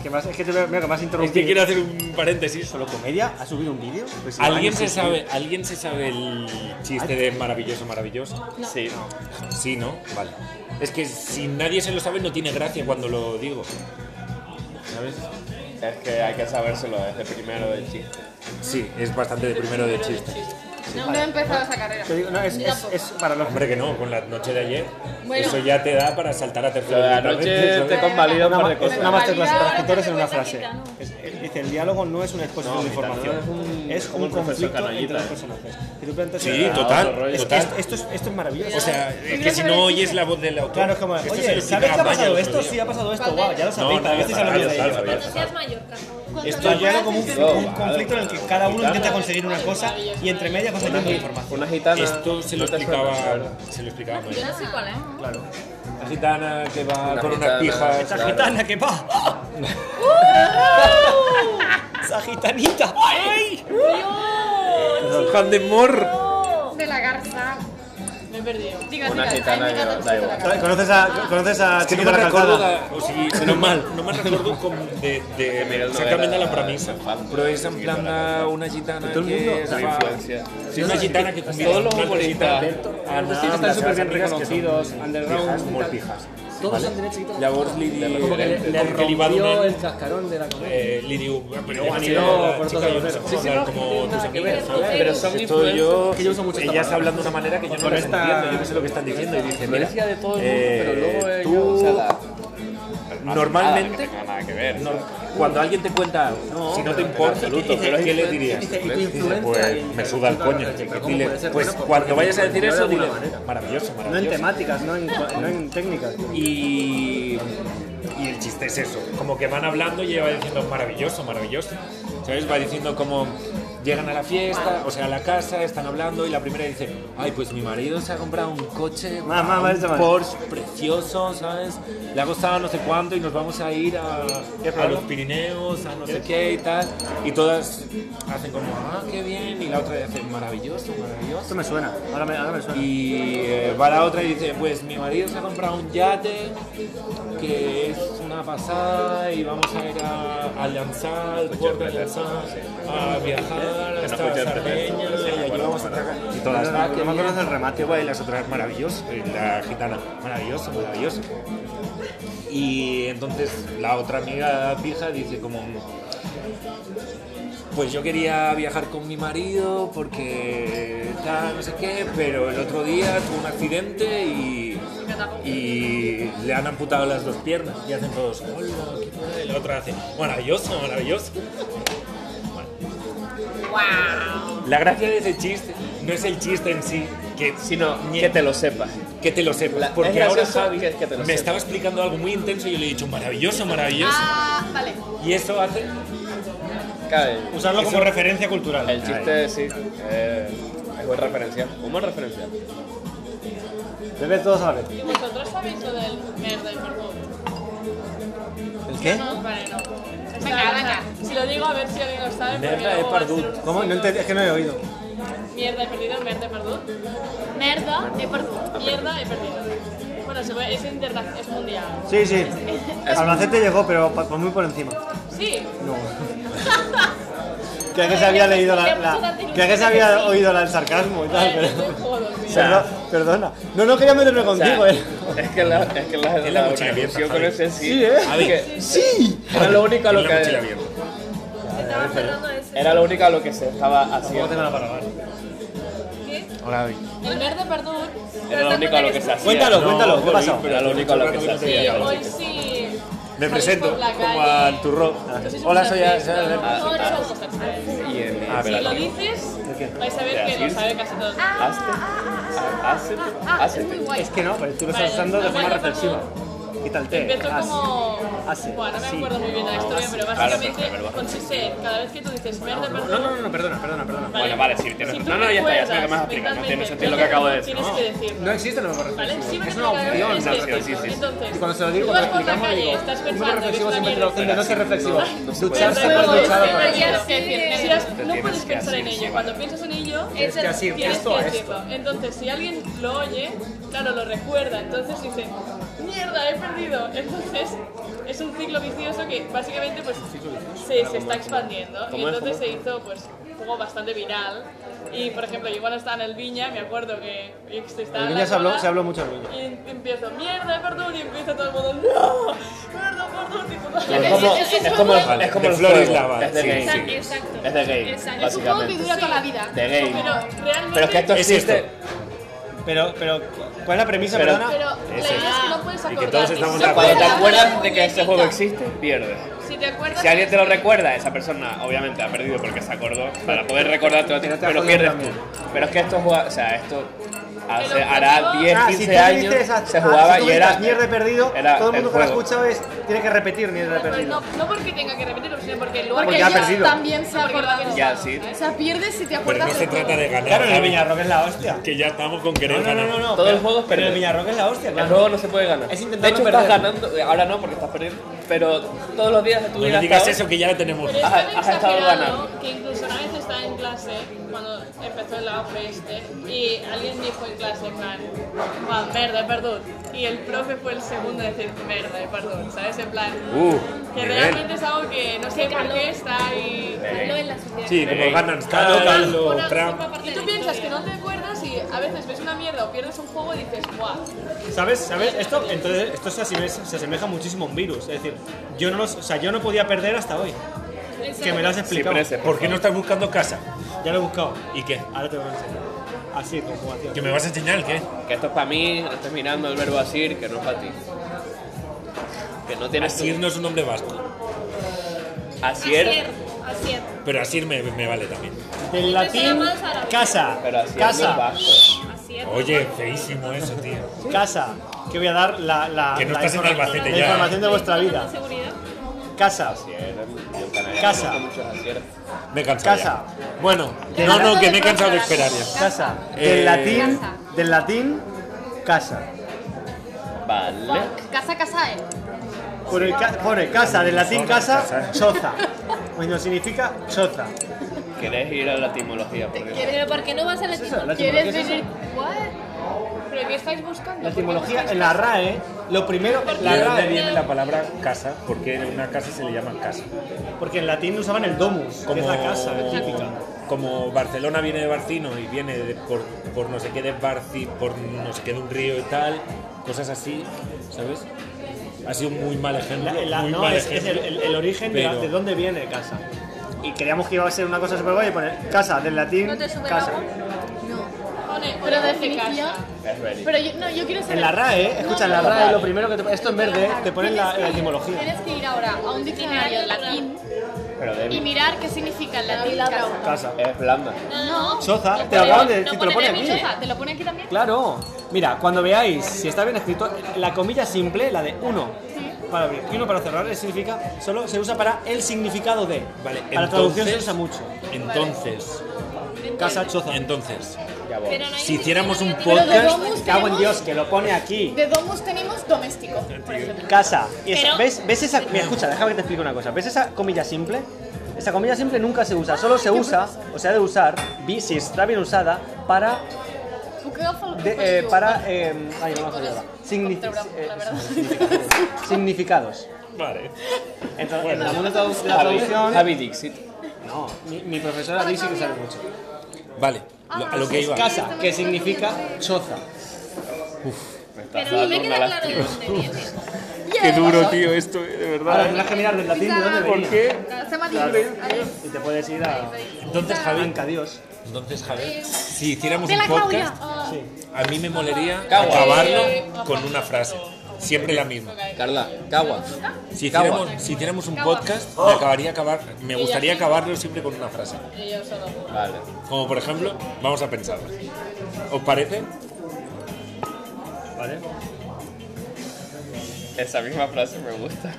[SPEAKER 1] que más, es que te veo veo que más
[SPEAKER 3] Es
[SPEAKER 1] interrumpido.
[SPEAKER 3] que quiero hacer un paréntesis.
[SPEAKER 1] Solo comedia, ha subido un vídeo. Pues sí,
[SPEAKER 3] ¿Alguien
[SPEAKER 1] años
[SPEAKER 3] se,
[SPEAKER 1] sin
[SPEAKER 3] sabe, ¿Alguien se sabe el chiste de maravilloso, maravilloso?
[SPEAKER 5] Sí.
[SPEAKER 3] Sí, ¿no? Vale. Es que si nadie se lo sabe, no tiene gracia cuando lo digo. ¿Sabes?
[SPEAKER 5] Es que hay que sabérselo desde primero del chiste.
[SPEAKER 3] Sí, es bastante de primero de chiste.
[SPEAKER 2] No he empezado esa carrera.
[SPEAKER 1] Te digo, no, es, es, es para los
[SPEAKER 3] Hombre, que no, con la noche de ayer.
[SPEAKER 2] Bueno.
[SPEAKER 3] Eso ya te da para saltar a tercero.
[SPEAKER 5] Lo de
[SPEAKER 3] directamente,
[SPEAKER 5] anoche
[SPEAKER 3] ¿sabes?
[SPEAKER 5] te convalido un
[SPEAKER 1] una,
[SPEAKER 5] par de
[SPEAKER 1] ma- es
[SPEAKER 5] cosas.
[SPEAKER 1] una masterclass para
[SPEAKER 2] Ahora te
[SPEAKER 1] escritores en una
[SPEAKER 6] recuerda
[SPEAKER 1] frase.
[SPEAKER 6] Gitano.
[SPEAKER 1] Es- es- dice, el diálogo no es una exposición
[SPEAKER 5] No,
[SPEAKER 1] de
[SPEAKER 5] Gitano
[SPEAKER 1] información,
[SPEAKER 5] es un-
[SPEAKER 1] es
[SPEAKER 5] como
[SPEAKER 1] un
[SPEAKER 5] el profesor
[SPEAKER 1] conflicto
[SPEAKER 5] Canallita,
[SPEAKER 1] entre los
[SPEAKER 5] ¿eh?
[SPEAKER 1] personajes. Y tú planteas-
[SPEAKER 3] Sí,
[SPEAKER 1] Ah,
[SPEAKER 3] total,
[SPEAKER 5] otro rollo,
[SPEAKER 1] Es que
[SPEAKER 3] total.
[SPEAKER 1] esto, esto es, esto es maravilloso.
[SPEAKER 3] O sea, es que si no oyes la voz del autor.
[SPEAKER 1] claro, es como,
[SPEAKER 3] Esto se lo
[SPEAKER 1] oye,
[SPEAKER 3] explicaba
[SPEAKER 1] ¿sabes qué ha
[SPEAKER 3] Maya
[SPEAKER 1] pasado
[SPEAKER 3] el otro
[SPEAKER 1] esto?
[SPEAKER 3] día.
[SPEAKER 1] Sí, ha pasado esto. Guau, ya lo sabéis,
[SPEAKER 3] No,
[SPEAKER 1] para qué estáis hablando de
[SPEAKER 3] nada,
[SPEAKER 1] ello?
[SPEAKER 3] nada,
[SPEAKER 6] Cuando seas mayor, Carlos. Cuando
[SPEAKER 3] Esto
[SPEAKER 6] seas
[SPEAKER 3] ya
[SPEAKER 1] Plantearlo
[SPEAKER 6] mayor.
[SPEAKER 1] como un,
[SPEAKER 5] No,
[SPEAKER 1] un
[SPEAKER 5] vale.
[SPEAKER 1] conflicto en el que cada uno intenta conseguir una cosa y entre medias vas sacando información.
[SPEAKER 5] Una gitana.
[SPEAKER 3] Esto se lo
[SPEAKER 5] no te suena,
[SPEAKER 3] explicaba. Se lo explicaba Maya.
[SPEAKER 6] No sé cuál
[SPEAKER 2] eh?
[SPEAKER 6] es.
[SPEAKER 1] Claro.
[SPEAKER 3] La gitana que va
[SPEAKER 5] Una
[SPEAKER 3] con
[SPEAKER 5] gitana,
[SPEAKER 3] unas pijas.
[SPEAKER 5] esa
[SPEAKER 1] Esa gitana que va. Esa gitanita. ¡Ay!
[SPEAKER 3] Juan de Mor.
[SPEAKER 2] De la garza.
[SPEAKER 4] Me he perdido.
[SPEAKER 2] Diga,
[SPEAKER 5] Una
[SPEAKER 2] diga,
[SPEAKER 5] gitana
[SPEAKER 2] ay, me
[SPEAKER 5] que
[SPEAKER 2] encanta
[SPEAKER 5] da
[SPEAKER 2] el chiste de
[SPEAKER 5] igual.
[SPEAKER 2] la garza.
[SPEAKER 1] ¿Conoces a, conoces a
[SPEAKER 3] Que no
[SPEAKER 1] Chiquito
[SPEAKER 3] me
[SPEAKER 1] la
[SPEAKER 3] recordo
[SPEAKER 1] calzada?
[SPEAKER 3] de, o sigui, no, no me'n recordo com de, de,
[SPEAKER 5] Miguel no
[SPEAKER 3] exactament de la
[SPEAKER 5] era
[SPEAKER 3] premissa,
[SPEAKER 5] fan.
[SPEAKER 3] però és en plan de una gitana
[SPEAKER 1] Tot el
[SPEAKER 3] que
[SPEAKER 1] mundo
[SPEAKER 3] es
[SPEAKER 5] la
[SPEAKER 3] fa...
[SPEAKER 5] influencia.
[SPEAKER 3] Sí, una gitana que convida
[SPEAKER 5] Todos los
[SPEAKER 3] a una altra
[SPEAKER 5] humoristas.
[SPEAKER 3] gitana a anar
[SPEAKER 1] Sí, que
[SPEAKER 3] amb
[SPEAKER 1] estan
[SPEAKER 3] les seves
[SPEAKER 1] superbien
[SPEAKER 3] amigues que són
[SPEAKER 1] reconocidos, underground
[SPEAKER 3] pijas,
[SPEAKER 1] y tal.
[SPEAKER 3] molt pijas.
[SPEAKER 7] Todos
[SPEAKER 3] vale?
[SPEAKER 7] han tenido chiquitos.
[SPEAKER 3] Llavors li diu...
[SPEAKER 5] Com que le-
[SPEAKER 7] Le
[SPEAKER 3] com que li va
[SPEAKER 7] rompió el
[SPEAKER 3] donant...
[SPEAKER 7] cascarón de la comedia.
[SPEAKER 3] Eh, li diu, "Ah, però jo
[SPEAKER 1] Sí, no,
[SPEAKER 3] aniré
[SPEAKER 1] por eso
[SPEAKER 3] chica,
[SPEAKER 1] lo
[SPEAKER 3] yo no sé
[SPEAKER 1] veo.
[SPEAKER 3] cómo hablar como tus amigas, ¿sabes?
[SPEAKER 5] Pero son
[SPEAKER 3] Estoy yo,
[SPEAKER 1] que yo uso mucho esta
[SPEAKER 3] ellas
[SPEAKER 1] palabra.
[SPEAKER 3] hablan de una manera que yo no
[SPEAKER 1] Con
[SPEAKER 3] les
[SPEAKER 1] esta-
[SPEAKER 3] entiendo, yo no sé lo que están diciendo y dicen, mira,
[SPEAKER 7] Influencia de todo el mundo,
[SPEAKER 3] eh,
[SPEAKER 5] Pero luego ellos,
[SPEAKER 3] tú
[SPEAKER 5] o sea, la-
[SPEAKER 3] normalmente-
[SPEAKER 5] nada que tenga nada que ver.
[SPEAKER 3] No, cuando alguien te cuenta algo, si no te importa, ¿qué le dirías?
[SPEAKER 7] dice,
[SPEAKER 3] Dices,
[SPEAKER 7] "Y tu influencia
[SPEAKER 3] pues
[SPEAKER 7] y tu
[SPEAKER 3] me suda el coño.
[SPEAKER 7] influencia". Pero ¿cómo
[SPEAKER 3] Dile,
[SPEAKER 7] puede ser?
[SPEAKER 3] pues
[SPEAKER 7] Bueno, porque
[SPEAKER 3] cuando vayas a decir
[SPEAKER 7] influyó de
[SPEAKER 3] eso, dile,
[SPEAKER 7] alguna manera.
[SPEAKER 3] maravilloso,
[SPEAKER 1] No en
[SPEAKER 3] maravilloso.
[SPEAKER 1] temáticas, no en, no en técnicas.
[SPEAKER 3] Y, y el chiste es eso, como que van hablando y ella va diciendo, maravilloso, maravilloso. ¿Sabes? Va diciendo como... Llegan a la fiesta, o sea, a la casa, están hablando y la primera dice, ay, pues mi marido se ha comprado un coche,
[SPEAKER 1] Más, más, más,
[SPEAKER 3] un
[SPEAKER 1] más.
[SPEAKER 3] Porsche precioso, ¿sabes? Le ha costado no sé cuánto y nos vamos a ir a, a los Pirineos, a no sé qué y tal. Y todas hacen como, ah, qué bien, y la otra dice, maravilloso, maravilloso.
[SPEAKER 1] Esto me suena, ahora me, ahora me suena.
[SPEAKER 3] Y eh, va la otra y dice, pues mi marido se ha comprado un yate que es una pasada y vamos a ir a, a lanzar, al puerto de Lanzar, a viajar hasta
[SPEAKER 5] escuché el
[SPEAKER 3] Sardeña y allí vamos a atacar. Y todas,
[SPEAKER 1] No, no,
[SPEAKER 3] "Ah,
[SPEAKER 1] no
[SPEAKER 3] qué
[SPEAKER 1] me
[SPEAKER 3] bien".
[SPEAKER 1] conoce el remate.
[SPEAKER 3] Guay, y las otras maravilloso, y la gitana, maravilloso, maravilloso. Y entonces la otra amiga pija dice como... Pues yo quería viajar con mi marido porque tal, no sé qué, pero el otro día tuvo un accidente y, y le han amputado las dos piernas. Y hacen todos, hola, qué padre". Y la otra hace, maravilloso, maravilloso. La gracia de ese chiste no es el chiste en sí, que,
[SPEAKER 5] Sino
[SPEAKER 3] ni-
[SPEAKER 5] que te lo sepas.
[SPEAKER 3] que te lo sepas.
[SPEAKER 5] La- es
[SPEAKER 3] porque ahora
[SPEAKER 5] gracioso
[SPEAKER 3] Javi
[SPEAKER 5] que- que te lo
[SPEAKER 3] me
[SPEAKER 5] sepas.
[SPEAKER 3] estaba explicando algo muy intenso y yo le he dicho, maravilloso, maravilloso.
[SPEAKER 2] Ah, vale.
[SPEAKER 3] Y eso hace...
[SPEAKER 5] Cabe.
[SPEAKER 1] Usarlo como referencia cultural.
[SPEAKER 5] El chiste, sí. eh, es buen referencial. Un buen referencial.
[SPEAKER 1] Bebed todos a la vez.
[SPEAKER 4] ¿Y vosotros sabéis lo del mes del cuerpo?
[SPEAKER 1] ¿El qué?
[SPEAKER 4] No, vale, no. Está
[SPEAKER 2] Venga,
[SPEAKER 4] bien,
[SPEAKER 2] venga.
[SPEAKER 4] Si lo digo, a ver si alguien lo sabe. porque
[SPEAKER 3] Merda
[SPEAKER 4] luego
[SPEAKER 3] he
[SPEAKER 4] va a
[SPEAKER 3] perdut.
[SPEAKER 4] ser un
[SPEAKER 1] ¿Cómo? No
[SPEAKER 4] signo.
[SPEAKER 1] entendí, es que no he oído.
[SPEAKER 4] Mierda he perdido, merda he perdido.
[SPEAKER 6] Merda, he perdido.
[SPEAKER 4] Mierda he perdido. Bueno, se puede- es, interna- es mundial.
[SPEAKER 1] Sí, sí. Albacete llegó, pero pa- por muy por encima.
[SPEAKER 4] Sí.
[SPEAKER 1] No. Creo que se había leído la. la- creo que se había oído la- el sarcasmo y tal, (laughs)
[SPEAKER 4] Vale,
[SPEAKER 1] pero.
[SPEAKER 4] estoy jodido, mira.
[SPEAKER 1] Perdo- (laughs) Perdona. No, no quería meterme
[SPEAKER 5] O sea,
[SPEAKER 1] contigo, eh.
[SPEAKER 5] Es que la, es que la,
[SPEAKER 3] Es la mochila abierta,
[SPEAKER 5] conexión con
[SPEAKER 3] Javi.
[SPEAKER 5] ese sí.
[SPEAKER 1] Sí, ¿eh?
[SPEAKER 5] es que
[SPEAKER 1] ¡Sí!
[SPEAKER 5] Era lo único a lo
[SPEAKER 3] en la mochila
[SPEAKER 5] que.
[SPEAKER 3] abierta.
[SPEAKER 6] Estaba cerrando ese.
[SPEAKER 5] Era lo único a lo que se estaba
[SPEAKER 1] ¿Cómo te van a
[SPEAKER 5] haciendo.
[SPEAKER 1] parar?
[SPEAKER 4] El merda he perdido.
[SPEAKER 5] Era lo único a lo que se hacía.
[SPEAKER 1] Cuéntalo,
[SPEAKER 5] No,
[SPEAKER 1] cuéntalo, ¿qué ha
[SPEAKER 3] Javi,
[SPEAKER 1] pasado?
[SPEAKER 5] Era lo único a lo que se
[SPEAKER 4] Sí,
[SPEAKER 5] hacía.
[SPEAKER 4] hoy sí.
[SPEAKER 3] Me
[SPEAKER 4] salís
[SPEAKER 3] presento
[SPEAKER 4] por la
[SPEAKER 3] como
[SPEAKER 4] calle.
[SPEAKER 3] al turrón.
[SPEAKER 4] Entonces es
[SPEAKER 3] Hola,
[SPEAKER 4] un
[SPEAKER 3] soy...
[SPEAKER 4] sarcasmo.
[SPEAKER 3] soy-
[SPEAKER 4] No, eres homosexual.
[SPEAKER 5] Y en
[SPEAKER 3] Ah,
[SPEAKER 4] Si
[SPEAKER 3] espera.
[SPEAKER 4] lo dices,
[SPEAKER 1] qué?
[SPEAKER 4] vais a ver que lo sabe casi todo.
[SPEAKER 2] Ah,
[SPEAKER 5] Hacete. Hacete.
[SPEAKER 1] Es que no, pero tú lo estás
[SPEAKER 4] Vale,
[SPEAKER 1] usando de
[SPEAKER 4] no,
[SPEAKER 1] forma
[SPEAKER 4] bueno,
[SPEAKER 1] reflexiva. Quítate.
[SPEAKER 4] Empezó como...
[SPEAKER 1] Hace,
[SPEAKER 4] Bueno, no me
[SPEAKER 1] Ah, sí.
[SPEAKER 4] acuerdo muy bien de la historia, pero
[SPEAKER 5] Claro, pero
[SPEAKER 4] básicamente
[SPEAKER 5] es verdad.
[SPEAKER 4] consiste en cada vez que tú dices merda,
[SPEAKER 1] No,
[SPEAKER 4] perdón...
[SPEAKER 1] no, no, no, perdona, perdona, perdona.
[SPEAKER 5] Bueno, vale, sí, tienes- no, no, ya está, ya está, que me has explicado, no tiene sentido lo que acabo de decir,
[SPEAKER 4] Tienes
[SPEAKER 5] ¿no?
[SPEAKER 4] que decirlo.
[SPEAKER 1] No existe lo mejor
[SPEAKER 4] ¿Vale?
[SPEAKER 1] reflexivo.
[SPEAKER 4] Sí,
[SPEAKER 1] Es
[SPEAKER 4] porque
[SPEAKER 1] una
[SPEAKER 4] te cae bien,
[SPEAKER 1] opción.
[SPEAKER 4] es
[SPEAKER 5] una
[SPEAKER 4] esto.
[SPEAKER 5] opción, sí, sí, sí.
[SPEAKER 4] Entonces,
[SPEAKER 1] Y cuando se lo digo, cuando lo
[SPEAKER 4] tú vas por la
[SPEAKER 1] explicamos,
[SPEAKER 4] calle,
[SPEAKER 1] digo,
[SPEAKER 4] estás
[SPEAKER 1] es muy
[SPEAKER 4] pensando que es
[SPEAKER 1] reflexivo
[SPEAKER 4] una
[SPEAKER 1] siempre
[SPEAKER 4] mierda.
[SPEAKER 1] lo ofende, no ser reflexivo.
[SPEAKER 5] se puede.
[SPEAKER 1] Ducharse
[SPEAKER 5] Pero
[SPEAKER 1] con duchada.
[SPEAKER 5] es que
[SPEAKER 1] para-
[SPEAKER 4] Tienes
[SPEAKER 2] Tienes
[SPEAKER 4] que
[SPEAKER 2] que
[SPEAKER 4] decir,
[SPEAKER 2] decir,
[SPEAKER 4] si eras-
[SPEAKER 5] te
[SPEAKER 4] no
[SPEAKER 5] tienes
[SPEAKER 4] puedes
[SPEAKER 5] que
[SPEAKER 4] pensar en
[SPEAKER 5] decir,
[SPEAKER 4] ello.
[SPEAKER 5] sí.
[SPEAKER 4] Cuando piensas en ello,
[SPEAKER 1] Tienes que decir
[SPEAKER 4] tienes
[SPEAKER 1] esto
[SPEAKER 4] que
[SPEAKER 1] a
[SPEAKER 4] decirlo.
[SPEAKER 1] esto.
[SPEAKER 4] Entonces, si alguien lo oye, claro, lo recuerda. Entonces dice, mierda, he perdido. Entonces, es un ciclo vicioso que básicamente pues, se, se está expandiendo y entonces se hizo pues, un juego bastante viral. Y por ejemplo, yo cuando estaba en el Viña, me acuerdo que yo que estaba
[SPEAKER 1] En el
[SPEAKER 4] la
[SPEAKER 1] Viña se habló-
[SPEAKER 4] cola
[SPEAKER 1] se habló mucho del Viña.
[SPEAKER 4] Y em- empiezo, mierda, perdón, y empieza todo el mundo, no, perdón, perdón, tipo,
[SPEAKER 5] Es como,
[SPEAKER 2] Ese- ese
[SPEAKER 5] es como,
[SPEAKER 2] juego-
[SPEAKER 5] es como
[SPEAKER 3] De
[SPEAKER 5] el
[SPEAKER 3] flores
[SPEAKER 5] juego,
[SPEAKER 3] lava,
[SPEAKER 5] Es de
[SPEAKER 3] sí,
[SPEAKER 5] game.
[SPEAKER 3] sí.
[SPEAKER 6] Exacto.
[SPEAKER 5] Es de game,
[SPEAKER 6] Exacto.
[SPEAKER 2] Es un juego que
[SPEAKER 5] básicamente.
[SPEAKER 2] dura toda la vida.
[SPEAKER 5] De game.
[SPEAKER 4] Pero realmente.
[SPEAKER 5] Pero es que esto
[SPEAKER 3] Es esto.
[SPEAKER 5] existe.
[SPEAKER 1] Pero, pero, ¿cuál es la premisa,
[SPEAKER 5] Pero-
[SPEAKER 1] perdona?
[SPEAKER 4] Pero la
[SPEAKER 3] Ese.
[SPEAKER 4] idea es que no puedes
[SPEAKER 3] que
[SPEAKER 4] acordarte.
[SPEAKER 3] todos estamos
[SPEAKER 4] Si
[SPEAKER 3] de
[SPEAKER 4] te
[SPEAKER 5] Cuando te
[SPEAKER 4] acuerdas-
[SPEAKER 5] acuerdas de que este juego existe, pierdes.
[SPEAKER 4] Si te acuerdas.
[SPEAKER 5] Si alguien te lo recuerda, esa persona obviamente ha perdido porque se acordó. Para poder recordarte,
[SPEAKER 1] Pero te ha
[SPEAKER 5] pero
[SPEAKER 1] jodido
[SPEAKER 5] pierdes tú.
[SPEAKER 1] también.
[SPEAKER 5] Pero es que esto juega, o sea, esto hace,
[SPEAKER 4] Pero
[SPEAKER 5] hará
[SPEAKER 4] cuando-
[SPEAKER 5] 10,
[SPEAKER 1] Ah, si
[SPEAKER 5] 15
[SPEAKER 1] tú
[SPEAKER 5] años
[SPEAKER 1] dices, ah,
[SPEAKER 5] se jugaba
[SPEAKER 1] si tú
[SPEAKER 5] y
[SPEAKER 1] gritas,
[SPEAKER 5] era.
[SPEAKER 1] mierda he perdido,
[SPEAKER 5] era
[SPEAKER 1] todo el mundo que lo ha
[SPEAKER 5] juego.
[SPEAKER 1] escuchado es, tiene que repetir mierda he
[SPEAKER 4] Pues no,
[SPEAKER 1] perdido. Ah,
[SPEAKER 4] no porque tenga que repetirlo, sino porque luego.
[SPEAKER 2] Porque
[SPEAKER 1] ya ha
[SPEAKER 2] ella
[SPEAKER 1] perdido.
[SPEAKER 2] también se ha acordado.
[SPEAKER 5] Ya, sí.
[SPEAKER 2] O sea, pierdes si te
[SPEAKER 3] Pero
[SPEAKER 2] acuerdas
[SPEAKER 3] no
[SPEAKER 2] de
[SPEAKER 3] se
[SPEAKER 2] todo.
[SPEAKER 3] trata de ganar,
[SPEAKER 1] Claro, en el
[SPEAKER 3] Javi,
[SPEAKER 1] Villarroque es la hostia.
[SPEAKER 3] que ya estamos con querer
[SPEAKER 1] No, no,
[SPEAKER 3] ganar.
[SPEAKER 1] no, no, no.
[SPEAKER 5] Todos los juegos
[SPEAKER 1] Pero
[SPEAKER 5] perder.
[SPEAKER 1] el Villarroque es la hostia,
[SPEAKER 5] El
[SPEAKER 1] claro.
[SPEAKER 5] juego no se puede ganar.
[SPEAKER 1] Es intentar
[SPEAKER 5] de hecho,
[SPEAKER 1] no
[SPEAKER 5] estás
[SPEAKER 1] perder.
[SPEAKER 5] ganando. eh, Ahora no, porque estás perdiendo. Pero todos los días de tu
[SPEAKER 3] No
[SPEAKER 5] vida.
[SPEAKER 3] le
[SPEAKER 5] hasta
[SPEAKER 3] digas
[SPEAKER 5] ahora-
[SPEAKER 3] eso que ya lo tenemos.
[SPEAKER 4] Pero es
[SPEAKER 5] Ajá,
[SPEAKER 4] tan
[SPEAKER 5] has estado
[SPEAKER 4] exagerado
[SPEAKER 5] ganando.
[SPEAKER 4] que incluso una vez estaba en clase, cuando empezó el auge este, y alguien dijo en clase, en plan, Juan, merda, perdón. Y el profe fue el segundo en decir, merda, perdón, ¿sabes? En plan,
[SPEAKER 3] Uh,
[SPEAKER 4] que
[SPEAKER 3] nivel.
[SPEAKER 4] realmente es algo que no sé por qué está ahí.
[SPEAKER 6] Lo de la sociedad.
[SPEAKER 3] Sí, como
[SPEAKER 5] Ey.
[SPEAKER 3] ganan
[SPEAKER 1] Claro,
[SPEAKER 3] Calo,
[SPEAKER 1] claro.
[SPEAKER 3] Calo,
[SPEAKER 6] Una
[SPEAKER 3] Eh, Trump.
[SPEAKER 6] forma parte
[SPEAKER 4] Y
[SPEAKER 6] de
[SPEAKER 4] tú
[SPEAKER 6] la
[SPEAKER 4] piensas que
[SPEAKER 6] historia.
[SPEAKER 4] no te acuerdas y a veces ves una mierda o pierdes un juego y dices, guau.
[SPEAKER 1] ¿Sabes? ¿Sabes? Esto, entonces, esto se asemeja, se asemeja muchísimo a un virus. Es decir, yo no, los, o sea, yo no podía perder hasta hoy. Que me lo has
[SPEAKER 5] Sí,
[SPEAKER 1] explicado.
[SPEAKER 5] pero ese.
[SPEAKER 3] ¿Por qué no estás buscando casa?
[SPEAKER 1] Ya lo he buscado.
[SPEAKER 3] ¿Y qué?
[SPEAKER 1] Ahora te lo voy a enseñar. Así, con jugación.
[SPEAKER 3] ¿Que me vas a enseñar qué?
[SPEAKER 5] Que esto es para mí, no estés mirando el verbo asir, que no es para ti. Que no tienes.
[SPEAKER 3] Asir no es un nombre vasco,
[SPEAKER 5] Asier.
[SPEAKER 6] Asier.
[SPEAKER 3] pero Asir me, me vale también.
[SPEAKER 1] Del latín,
[SPEAKER 6] más árabe.
[SPEAKER 1] casa.
[SPEAKER 5] Pero Asier no es
[SPEAKER 1] Casa.
[SPEAKER 5] vasco.
[SPEAKER 6] Asier.
[SPEAKER 3] Oye, feísimo eso, tío.
[SPEAKER 1] Casa. Que voy a dar la, la,
[SPEAKER 3] Que no
[SPEAKER 1] la
[SPEAKER 3] estás en
[SPEAKER 1] informa-
[SPEAKER 3] Albacete
[SPEAKER 1] la
[SPEAKER 3] ya.
[SPEAKER 1] información de vuestra
[SPEAKER 6] Con
[SPEAKER 1] vida.
[SPEAKER 6] seguridad.
[SPEAKER 1] Casa.
[SPEAKER 5] Asier, yo en Canarias
[SPEAKER 1] Casa.
[SPEAKER 5] conozco muchos Asier.
[SPEAKER 3] Me he cansado.
[SPEAKER 1] Casa.
[SPEAKER 3] ya. Bueno, no, no, que me he cansado de esperar ya.
[SPEAKER 1] Casa.
[SPEAKER 3] Eh,
[SPEAKER 1] Del latín,
[SPEAKER 2] Casa.
[SPEAKER 1] del latín, casa.
[SPEAKER 5] Vale.
[SPEAKER 2] Casa, casa, eh.
[SPEAKER 1] Por el, ca- por el casa, del latín
[SPEAKER 3] Zona,
[SPEAKER 1] casa,
[SPEAKER 3] casa.
[SPEAKER 1] choza. Cuando significa choza.
[SPEAKER 5] ¿Quieres ir a la etimología? Por Dios?
[SPEAKER 6] Pero ¿por qué no vas a la
[SPEAKER 1] eso?
[SPEAKER 6] tienda?
[SPEAKER 1] La
[SPEAKER 2] ¿Quieres
[SPEAKER 1] etimología es
[SPEAKER 2] venir? ¿What?
[SPEAKER 4] ¿Pero qué estáis buscando?
[SPEAKER 1] La etimología en la RAE, lo primero en la
[SPEAKER 3] ¿De dónde
[SPEAKER 1] RAE,
[SPEAKER 3] viene la palabra casa? Porque en una casa se le llama casa.
[SPEAKER 1] porque en latín usaban el domus, que es la casa la típica.
[SPEAKER 3] como Barcelona viene de Barcino y viene de- por, por no sé qué de Barci, por no sé qué de un río y tal, cosas así, ¿sabes? Ha sido un muy mal ejemplo.
[SPEAKER 1] La- la-
[SPEAKER 3] muy
[SPEAKER 1] no,
[SPEAKER 3] mal
[SPEAKER 1] es, es el,
[SPEAKER 3] ejemplo,
[SPEAKER 1] el- el origen de, la-
[SPEAKER 3] pero-
[SPEAKER 1] de dónde viene casa. Y creíamos que iba a ser una cosa súper guay y poner casa, del latín,
[SPEAKER 6] ¿No te sube el
[SPEAKER 1] casa.
[SPEAKER 6] agua?
[SPEAKER 4] Pone,
[SPEAKER 2] Pero
[SPEAKER 4] pero
[SPEAKER 2] definición.
[SPEAKER 5] Es very.
[SPEAKER 2] Pero yo, no, yo quiero saber.
[SPEAKER 1] En la RAE, eh, escucha, en la RAE lo primero que te Esto en verde, te ponen la,
[SPEAKER 2] Tienes
[SPEAKER 1] la
[SPEAKER 2] que-
[SPEAKER 1] etimología.
[SPEAKER 2] Tienes que ir ahora a un diccionario latín
[SPEAKER 5] Pero
[SPEAKER 2] y
[SPEAKER 5] David,
[SPEAKER 2] mirar qué significa en latín casa.
[SPEAKER 1] Casa.
[SPEAKER 5] es blanda.
[SPEAKER 2] No.
[SPEAKER 1] Choza, te lo acaban de decir, te lo
[SPEAKER 2] pone
[SPEAKER 1] ponen
[SPEAKER 2] en
[SPEAKER 1] aquí.
[SPEAKER 2] choza, ¿Te lo pone aquí también?
[SPEAKER 1] Claro. Mira, cuando veáis si está bien escrito, la comilla simple, la de uno para abrir y uno para cerrar, el significa solo se usa para el significado de.
[SPEAKER 3] Vale,
[SPEAKER 1] para traducción se
[SPEAKER 3] entonces-
[SPEAKER 1] usa mucho.
[SPEAKER 3] Entonces,
[SPEAKER 1] Casa choza.
[SPEAKER 3] entonces,
[SPEAKER 5] Ya voy.
[SPEAKER 6] Pero no hay
[SPEAKER 3] si hiciéramos un
[SPEAKER 2] Pero de
[SPEAKER 3] podcast,
[SPEAKER 2] domus
[SPEAKER 1] Cago en
[SPEAKER 2] tenemos,
[SPEAKER 1] Dios, que lo pone aquí.
[SPEAKER 2] de domus tenemos doméstico, por ejemplo.
[SPEAKER 1] Casa. Y esa-
[SPEAKER 6] Pero-
[SPEAKER 1] ¿ves, ¿Ves esa? Mira, escucha, déjame que te explique una cosa. ¿Ves esa comilla simple? Esa comilla simple nunca se usa, solo se usa, o sea, de usar, vi- si está bien usada, para De-
[SPEAKER 2] Pues
[SPEAKER 1] eh, para eh, ay, no me acuerdo ahora. Signi- eh, significados. (laughs) significados.
[SPEAKER 3] vale.
[SPEAKER 1] Entonces,
[SPEAKER 3] Bueno.
[SPEAKER 1] en el mundo de la tradu- de la
[SPEAKER 5] Javi,
[SPEAKER 1] traducción.
[SPEAKER 5] Javi Dixit.
[SPEAKER 1] No, mi, mi profesora dice que sabe mucho.
[SPEAKER 3] Vale, lo- a lo que iba.
[SPEAKER 1] Casa, que significa choza.
[SPEAKER 5] Me estás
[SPEAKER 6] Pero no me
[SPEAKER 5] dando
[SPEAKER 6] queda
[SPEAKER 5] una
[SPEAKER 6] claro de
[SPEAKER 5] lástima.
[SPEAKER 6] dónde viene.
[SPEAKER 5] Qué duro, tío, esto, de
[SPEAKER 1] Ahora
[SPEAKER 5] verdad.
[SPEAKER 1] tendrás que mirar del latín de dónde
[SPEAKER 5] ¿Por
[SPEAKER 1] venía.
[SPEAKER 5] qué?
[SPEAKER 2] Casa madrid. Adiós.
[SPEAKER 1] Y te puedes ir a
[SPEAKER 3] Entonces, Javi,
[SPEAKER 1] Blanca Dios.
[SPEAKER 3] entonces, Javi, si hiciéramos
[SPEAKER 2] De la
[SPEAKER 3] un
[SPEAKER 2] Claudia.
[SPEAKER 3] podcast,
[SPEAKER 1] Sí.
[SPEAKER 3] a mí me molería
[SPEAKER 5] Cagua.
[SPEAKER 3] acabarlo con una frase, siempre la misma.
[SPEAKER 5] Carla, Cagua.
[SPEAKER 3] Si
[SPEAKER 5] Cagua.
[SPEAKER 3] hiciéramos, si hiciéramos un podcast, me, acabaría acabar, me gustaría acabarlo siempre con una frase.
[SPEAKER 4] Y yo solo.
[SPEAKER 5] Vale.
[SPEAKER 3] Como por ejemplo, vamos a pensarla. ¿Os parece?
[SPEAKER 1] ¿Vale?
[SPEAKER 5] Esa misma frase me (laughs) gusta.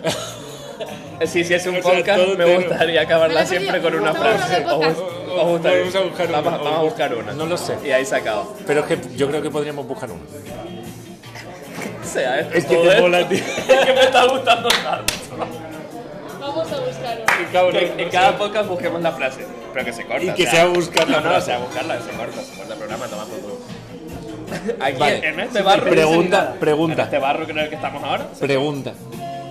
[SPEAKER 5] Si hiciese un
[SPEAKER 3] O sea,
[SPEAKER 5] podcast,
[SPEAKER 3] todo
[SPEAKER 5] me
[SPEAKER 3] entero.
[SPEAKER 5] gustaría acabarla
[SPEAKER 2] Vale,
[SPEAKER 5] siempre
[SPEAKER 2] tío,
[SPEAKER 5] con una
[SPEAKER 2] estamos
[SPEAKER 5] frase.
[SPEAKER 2] hablando de
[SPEAKER 5] Os-
[SPEAKER 2] podcast.
[SPEAKER 5] os gustaría.
[SPEAKER 3] Vamos a buscar una,
[SPEAKER 5] Vamos-
[SPEAKER 3] os
[SPEAKER 5] Vamos a
[SPEAKER 3] bus-
[SPEAKER 5] buscar una.
[SPEAKER 3] No lo sé.
[SPEAKER 5] Y ahí sacado.
[SPEAKER 3] Pero es que yo creo que podríamos buscar uno.
[SPEAKER 5] O sea, esto,
[SPEAKER 3] Es que te
[SPEAKER 5] joder,
[SPEAKER 3] mola, tío.
[SPEAKER 5] (laughs) Es que me está gustando tanto.
[SPEAKER 4] Vamos a buscar uno.
[SPEAKER 5] En, en cada podcast busquemos la frase. Pero que se corta.
[SPEAKER 3] Y
[SPEAKER 5] o
[SPEAKER 3] que sea buscar la
[SPEAKER 5] No, no, o
[SPEAKER 3] frase.
[SPEAKER 5] sea, buscarla, se corta, se corta el programa, tomando tú. Aquí,
[SPEAKER 3] Vale.
[SPEAKER 5] en este barro.
[SPEAKER 3] Pregunta,
[SPEAKER 5] En
[SPEAKER 3] pregunta,
[SPEAKER 5] este barro que en el que estamos ahora.
[SPEAKER 3] pregunta.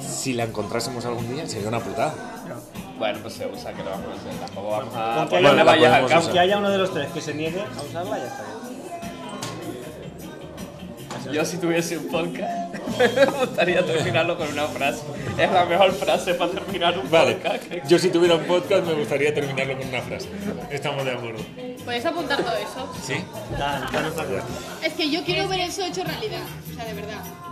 [SPEAKER 3] si la encontrásemos algún día, sería una putada.
[SPEAKER 5] Bueno, pues se usa, que lo vamos a hacer. Tampoco vamos
[SPEAKER 1] Con
[SPEAKER 5] a
[SPEAKER 1] que
[SPEAKER 5] ponerle
[SPEAKER 1] haya-
[SPEAKER 5] vallas al
[SPEAKER 3] podemos
[SPEAKER 5] campo.
[SPEAKER 1] Aunque haya uno de los tres que se niegue a usarla, ya está bien.
[SPEAKER 5] Yo si tuviese un podcast, (laughs) me gustaría terminarlo con una frase. Es la mejor frase para terminar un podcast. creo.
[SPEAKER 3] Yo si tuviera un podcast me gustaría terminarlo con una frase. Estamos de acuerdo.
[SPEAKER 2] ¿Puedes apuntar todo eso?
[SPEAKER 3] Sí.
[SPEAKER 1] Da- da nuestra cuenta.
[SPEAKER 2] Es que yo quiero ver eso hecho realidad. O sea, de verdad.